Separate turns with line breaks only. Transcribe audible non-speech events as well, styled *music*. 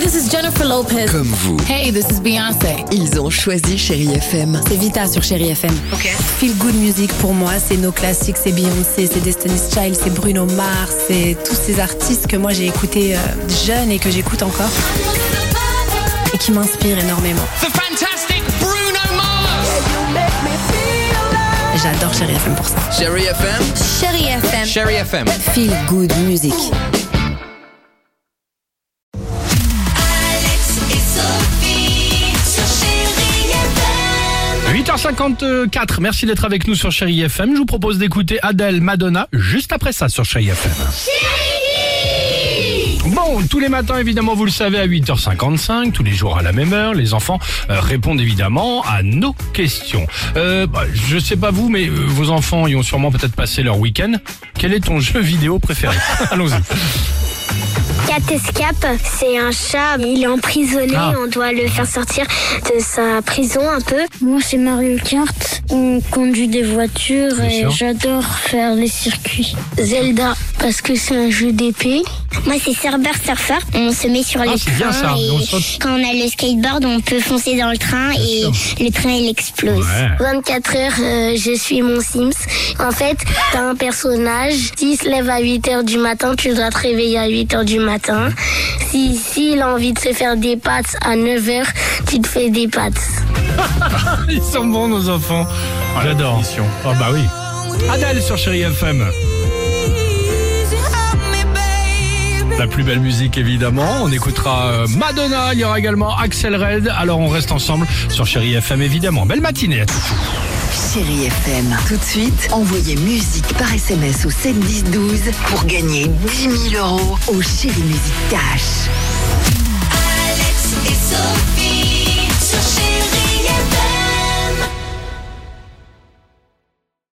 this is Jennifer Lopez.
Comme vous,
Hey, this is Beyoncé.
Ils ont choisi Chérie FM.
C'est Vita sur Chérie FM.
Ok.
Feel Good Music pour moi, c'est nos classiques, c'est Beyoncé, c'est Destiny's Child, c'est Bruno Mars, c'est tous ces artistes que moi j'ai écoutés euh, jeune et que j'écoute encore et qui m'inspirent énormément.
The fantastic Bruno Mars.
J'adore Chérie FM pour ça.
Chérie FM,
Chérie FM.
Sherry FM.
Feel Good Music.
Alex et Sophie sur Chéri FM.
8h54, merci d'être avec nous sur Chéri FM. Je vous propose d'écouter Adèle Madonna juste après ça sur Chéri FM. Bon, tous les matins, évidemment, vous le savez, à 8h55, tous les jours à la même heure, les enfants euh, répondent évidemment à nos questions. Euh, bah, je sais pas vous, mais euh, vos enfants y ont sûrement peut-être passé leur week-end. Quel est ton jeu vidéo *laughs* préféré Allons-y.
Cat Escape, c'est un chat, il est emprisonné,
Ah.
on doit le faire sortir de sa prison un peu. Moi c'est Mario Kart, on conduit des voitures
Bien et sûr.
j'adore faire les circuits. Zelda, parce que c'est un jeu d'épée. Moi c'est Cerber Surfer, on se met sur les
Ah, c'est bien
trains
ça,
et
on saute.
quand on a le skateboard on peut foncer dans le train et
sûr.
le train il explose.
Ouais.
24 heures, euh, je suis mon Sims. En fait, t'as un personnage. S'il se lève à 8 heures du matin, tu dois te réveiller à 8 heures du matin. Si s'il a envie de se faire des pâtes à 9 heures, tu te fais des pâtes.
Ils sont bons, nos enfants. J'adore. Oh bah oui. Adèle sur Chéri FM. La plus belle musique évidemment. On écoutera euh, Madonna, il y aura également Axel Red. Alors on reste ensemble sur Chéri FM évidemment. Belle matinée à tous.
Chérie FM. Tout de suite, envoyez musique par SMS au 7 10 12 pour gagner 10 000 euros au Chérie Music Cash.